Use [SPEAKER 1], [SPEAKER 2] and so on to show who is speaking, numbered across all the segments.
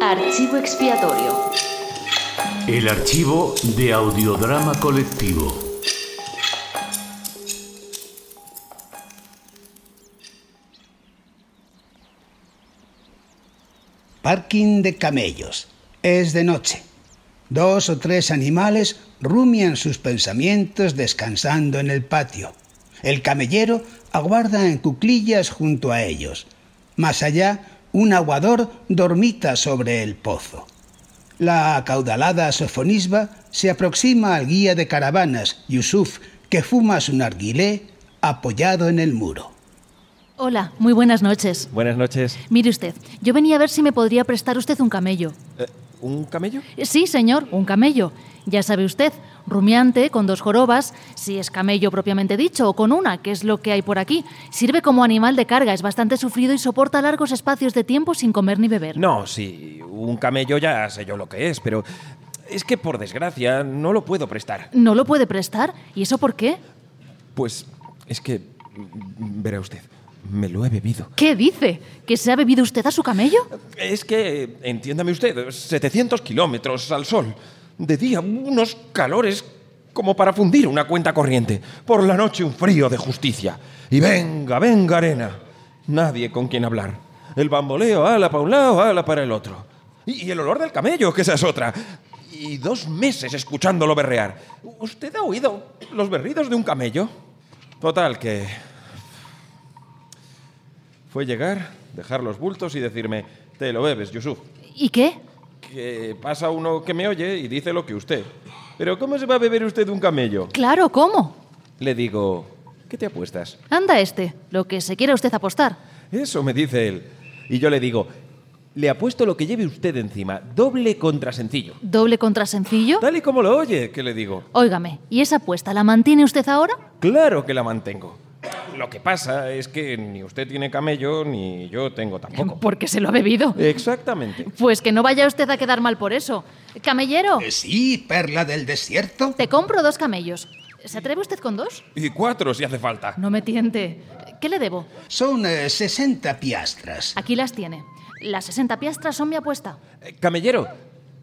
[SPEAKER 1] Archivo expiatorio.
[SPEAKER 2] El archivo de audiodrama colectivo.
[SPEAKER 3] Parking de camellos. Es de noche. Dos o tres animales rumian sus pensamientos descansando en el patio. El camellero aguarda en cuclillas junto a ellos. Más allá, un aguador dormita sobre el pozo. La acaudalada sofonisba se aproxima al guía de caravanas, Yusuf, que fuma su narguilé apoyado en el muro.
[SPEAKER 4] Hola, muy buenas noches.
[SPEAKER 5] Buenas noches.
[SPEAKER 4] Mire usted, yo venía a ver si me podría prestar usted un camello.
[SPEAKER 5] Eh, ¿Un camello?
[SPEAKER 4] Sí, señor, un camello. Ya sabe usted, rumiante, con dos jorobas, si es camello propiamente dicho, o con una, que es lo que hay por aquí. Sirve como animal de carga, es bastante sufrido y soporta largos espacios de tiempo sin comer ni beber.
[SPEAKER 5] No, sí, un camello ya sé yo lo que es, pero es que por desgracia no lo puedo prestar.
[SPEAKER 4] ¿No lo puede prestar? ¿Y eso por qué?
[SPEAKER 5] Pues es que, verá usted, me lo he bebido.
[SPEAKER 4] ¿Qué dice? ¿Que se ha bebido usted a su camello?
[SPEAKER 5] Es que, entiéndame usted, 700 kilómetros al sol de día unos calores como para fundir una cuenta corriente, por la noche un frío de justicia. Y venga, venga arena. Nadie con quien hablar. El bamboleo ala para un lado, ala para el otro. Y, y el olor del camello, que esa es otra. Y dos meses escuchándolo berrear. ¿Usted ha oído los berridos de un camello? Total, que... Fue llegar, dejar los bultos y decirme, te lo bebes, Yusuf.
[SPEAKER 4] ¿Y qué?
[SPEAKER 5] que pasa uno que me oye y dice lo que usted. Pero ¿cómo se va a beber usted un camello?
[SPEAKER 4] Claro, ¿cómo?
[SPEAKER 5] Le digo, ¿qué te apuestas?
[SPEAKER 4] Anda este, lo que se quiera usted apostar.
[SPEAKER 5] Eso me dice él. Y yo le digo, le apuesto lo que lleve usted encima, doble contra sencillo.
[SPEAKER 4] ¿Doble contra sencillo?
[SPEAKER 5] Tal y como lo oye, que le digo.
[SPEAKER 4] Óigame, ¿y esa apuesta la mantiene usted ahora?
[SPEAKER 5] Claro que la mantengo. Lo que pasa es que ni usted tiene camello ni yo tengo tampoco.
[SPEAKER 4] Em, Porque se lo ha bebido.
[SPEAKER 5] Eh. Exactamente.
[SPEAKER 4] Pues que no vaya usted a quedar mal por eso. Camellero,
[SPEAKER 3] Eh, Sí, perla del desierto.
[SPEAKER 4] te compro dos camellos. ¿Se atreve usted con dos?
[SPEAKER 5] Y cuatro si hace falta.
[SPEAKER 4] No me tiente. ¿Qué le debo?
[SPEAKER 3] Son eh, 60 piastras.
[SPEAKER 4] Aquí las tiene. Las 60 piastras son mi apuesta.
[SPEAKER 5] Eh, Camellero,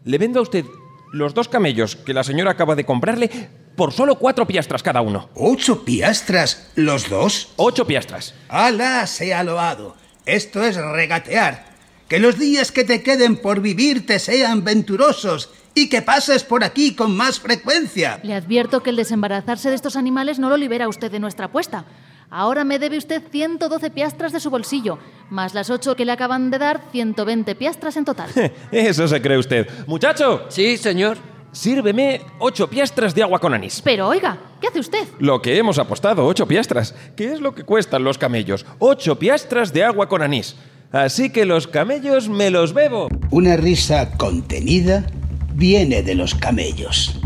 [SPEAKER 5] le vendo a usted los dos camellos que la señora acaba de comprarle por solo cuatro piastras cada uno.
[SPEAKER 3] ¿Ocho piastras los dos?
[SPEAKER 5] Ocho piastras.
[SPEAKER 3] ¡Ala, sea loado! Esto es regatear. Que los días que te queden por vivir te sean venturosos y que pases por aquí con más frecuencia.
[SPEAKER 4] Le advierto que el desembarazarse de estos animales no lo libera usted de nuestra apuesta. Ahora me debe usted 112 piastras de su bolsillo, más las 8 que le acaban de dar, 120 piastras en total.
[SPEAKER 5] Eso se cree usted. Muchacho,
[SPEAKER 6] Sí, señor.
[SPEAKER 5] sírveme ocho piastras de agua con anís.
[SPEAKER 4] Pero oiga, ¿qué hace usted?
[SPEAKER 5] Lo que hemos apostado, ocho piastras. ¿Qué es lo que cuestan los camellos? Ocho piastras de agua con anís. Así que los camellos me los bebo.
[SPEAKER 3] Una risa contenida viene de los camellos.